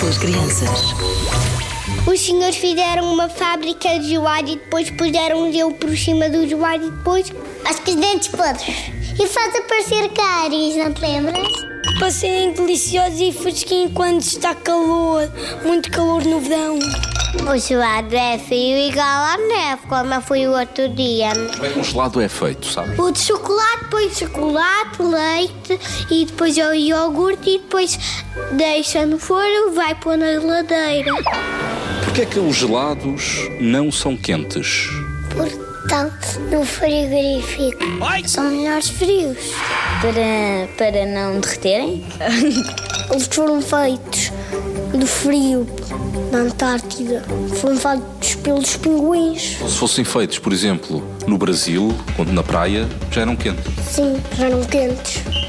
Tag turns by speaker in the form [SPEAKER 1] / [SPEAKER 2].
[SPEAKER 1] é
[SPEAKER 2] crianças.
[SPEAKER 3] Os senhores fizeram uma fábrica de joalho e depois puseram um gelo por cima do joalho e depois. Acho que os dentes podres. E faz aparecer cáries, não te lembras?
[SPEAKER 1] Para serem deliciosos e fresquinhos quando está calor, muito calor no verão.
[SPEAKER 3] O gelado é frio igual à neve, como foi o outro dia.
[SPEAKER 4] Como é que um gelado é feito, sabe?
[SPEAKER 3] O de chocolate põe chocolate, leite e depois o iogurte e depois deixa no forno, vai pôr na geladeira.
[SPEAKER 4] Porquê é que os gelados não são quentes?
[SPEAKER 3] Portanto, no frigorífico. São melhores frios.
[SPEAKER 5] Para, para não derreterem?
[SPEAKER 3] Eles foram feitos do frio na Antártida. Foram feitos pelos pinguins.
[SPEAKER 4] Se fossem feitos, por exemplo, no Brasil, quando na praia, já eram quentes.
[SPEAKER 3] Sim, já eram quentes.